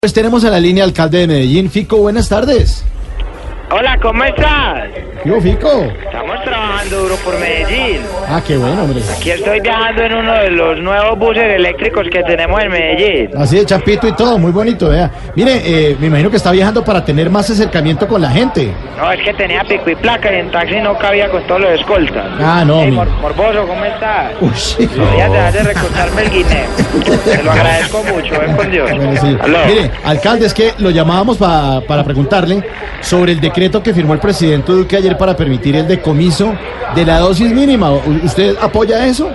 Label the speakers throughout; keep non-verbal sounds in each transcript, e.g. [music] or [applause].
Speaker 1: Pues tenemos a la línea alcalde de Medellín. Fico, buenas tardes.
Speaker 2: Hola, ¿cómo estás?
Speaker 1: Yo, Fico.
Speaker 2: Estamos trabajando duro por Medellín.
Speaker 1: Ah, qué bueno, hombre.
Speaker 2: Aquí estoy viajando en uno de los nuevos buses eléctricos que tenemos en Medellín.
Speaker 1: Así de chapito y todo, muy bonito, vea. Mire, eh, me imagino que está viajando para tener más acercamiento con la gente.
Speaker 2: No, es que tenía pico y placa y en taxi no cabía con todos los escoltas.
Speaker 1: Ah, no,
Speaker 2: Sí,
Speaker 1: mi-
Speaker 2: mor- morboso, ¿cómo estás?
Speaker 1: Uy, sí.
Speaker 2: Ya te vas de recortarme el guineo. Te lo agradezco mucho, ven con Dios.
Speaker 1: Bueno, sí.
Speaker 2: Aló.
Speaker 1: Mire, alcalde, es que lo llamábamos pa- para preguntarle sobre el decreto que firmó el presidente Duque ayer para permitir el decomiso de la dosis mínima. ¿U- ¿Usted apoya eso?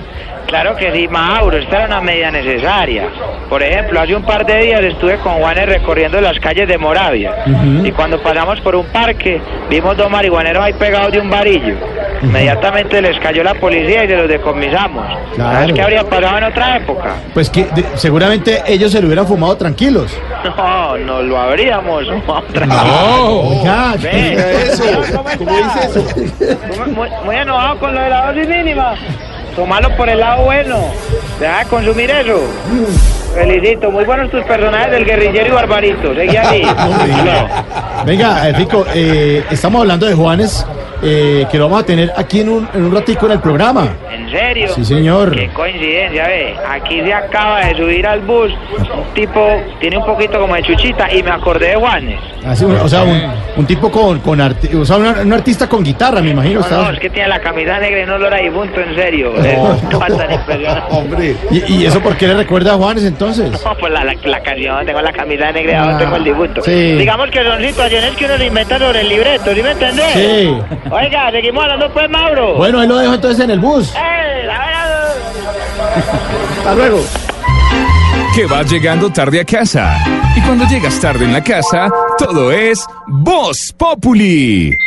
Speaker 2: Claro que sí, Mauro, esta era una medida necesaria. Por ejemplo, hace un par de días estuve con Juanes recorriendo las calles de Moravia
Speaker 1: Ujú.
Speaker 2: y cuando pasamos por un parque vimos dos marihuaneros ahí pegados de un varillo. Inmediatamente les cayó la policía y se los decomisamos.
Speaker 1: Claro.
Speaker 2: ¿Sabes qué habría pasado en otra época? [laughs]
Speaker 1: Pues que de- seguramente ellos se lo hubieran fumado tranquilos.
Speaker 2: No, no lo habríamos. Otra Oh,
Speaker 3: Oh.
Speaker 1: Oiga,
Speaker 2: Ve, señor, ¿cómo está? Muy- Muy, muy enojado con lo de la dosis mínima. Tomalo por el lado bueno. Deja de consumir eso. Felicito. Muy buenos tus personajes del guerrillero y barbarito.
Speaker 1: [laughs]
Speaker 2: Seguí así.
Speaker 1: Hombre. Venga, eh, Rico, eh, estamos hablando de Juanes, eh, que lo vamos a tener aquí en un, en un ratico en el programa.
Speaker 2: ¿En serio?
Speaker 1: Sí, señor.
Speaker 2: Qué coincidencia, ve. Aquí se acaba de subir al bus. Un tipo tiene un poquito como de chuchita y me acordé de Juanes.
Speaker 1: Así, un- o sea, un, un tipo con, con arti- o sea, un, ar- un artista con guitarra, me imagino.
Speaker 2: No, no,
Speaker 1: estaba-
Speaker 2: es que tiene la camisa negra y no olor a difunto, en serio. [laughs] Estaba tan impresionante.
Speaker 1: ¿Y, y eso por qué le recuerda a Juanes entonces?
Speaker 2: No, [laughs] pues la, la, la canción, tengo la camisa negra y abajo
Speaker 1: Ah,
Speaker 2: tengo el dibujo.
Speaker 1: sí.
Speaker 2: Digamos que son situaciones que uno se inventa sobre el libreto, ¿sí me entendés? [laughs]
Speaker 1: Sí.
Speaker 2: Oiga, seguimos hablando pues, Mauro.
Speaker 1: Bueno, ahí lo dejo entonces en el bus.
Speaker 2: ¡Eh, la verdad!
Speaker 1: Hasta luego.
Speaker 3: que va llegando tarde a casa. Y cuando llegas tarde en la casa, todo es Voz Populi.